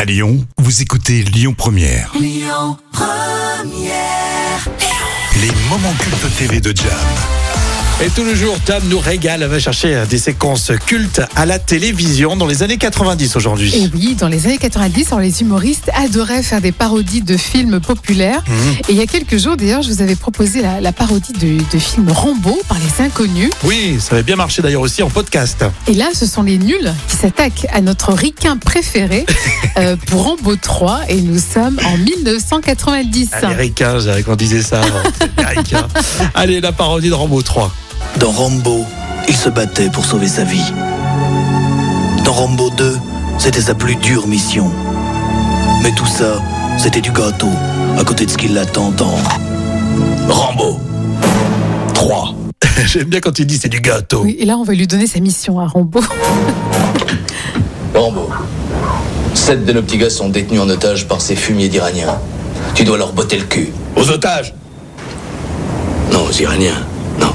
À Lyon, vous écoutez Lyon Première. Les moments cultes TV de Jam. Et tout le jour, Tom nous régale, va chercher euh, des séquences cultes à la télévision dans les années 90 Et aujourd'hui. oui, dans les années 90, alors, les humoristes adoraient faire des parodies de films populaires. Et il y a quelques jours, d'ailleurs, je vous avais proposé la, la parodie de, de film Rambo par les inconnus. Oui, ça avait bien marché d'ailleurs aussi en podcast. Et là, ce sont les nuls qui s'attaquent à notre ricain préféré euh, pour Rambo 3. Et nous sommes en 1990. Américain, je dirais qu'on disait ça avant. Américain. Allez, la parodie de Rambo 3. Dans Rambo, il se battait pour sauver sa vie. Dans Rambo 2, c'était sa plus dure mission. Mais tout ça, c'était du gâteau, à côté de ce qui l'attend dans Rambo 3. J'aime bien quand il dit c'est du gâteau. Oui, et là, on va lui donner sa mission à Rambo. Rambo, sept de nos petits gars sont détenus en otage par ces fumiers d'Iraniens. Tu dois leur botter le cul. Aux otages Non, aux Iraniens, non.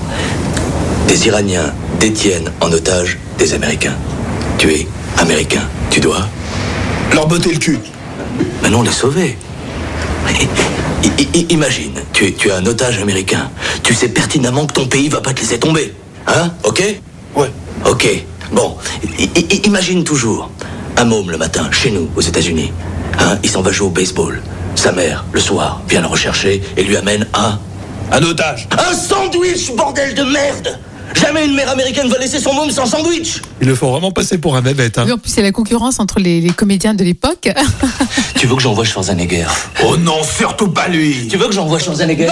Des Iraniens détiennent en otage des Américains. Tu es Américain, tu dois Leur botter le cul maintenant les sauver. I- i- i- Imagine, tu es, tu es un otage américain. Tu sais pertinemment que ton pays va pas te laisser tomber. Hein Ok Ouais. Ok, bon. I- i- imagine toujours un môme le matin, chez nous, aux États-Unis. Hein Il s'en va jouer au baseball. Sa mère, le soir, vient le rechercher et lui amène un. Un otage Un sandwich, bordel de merde Jamais une mère américaine va laisser son môme sans sandwich Il le faut vraiment passer pour un bébête. hein. Oui, en plus, il y a la concurrence entre les, les comédiens de l'époque. Tu veux que j'envoie Schwarzenegger Oh non, surtout pas lui Tu veux que j'envoie Schwarzenegger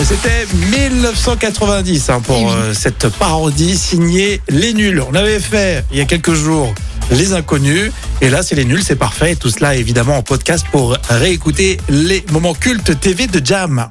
Et C'était 1990 hein, Eh pour oui. euh, cette parodie signée Les Nuls. On avait fait il y a quelques jours Les Inconnus. Et là, c'est Les Nuls, c'est parfait. Tout cela évidemment en podcast pour réécouter les moments cultes TV de Jam.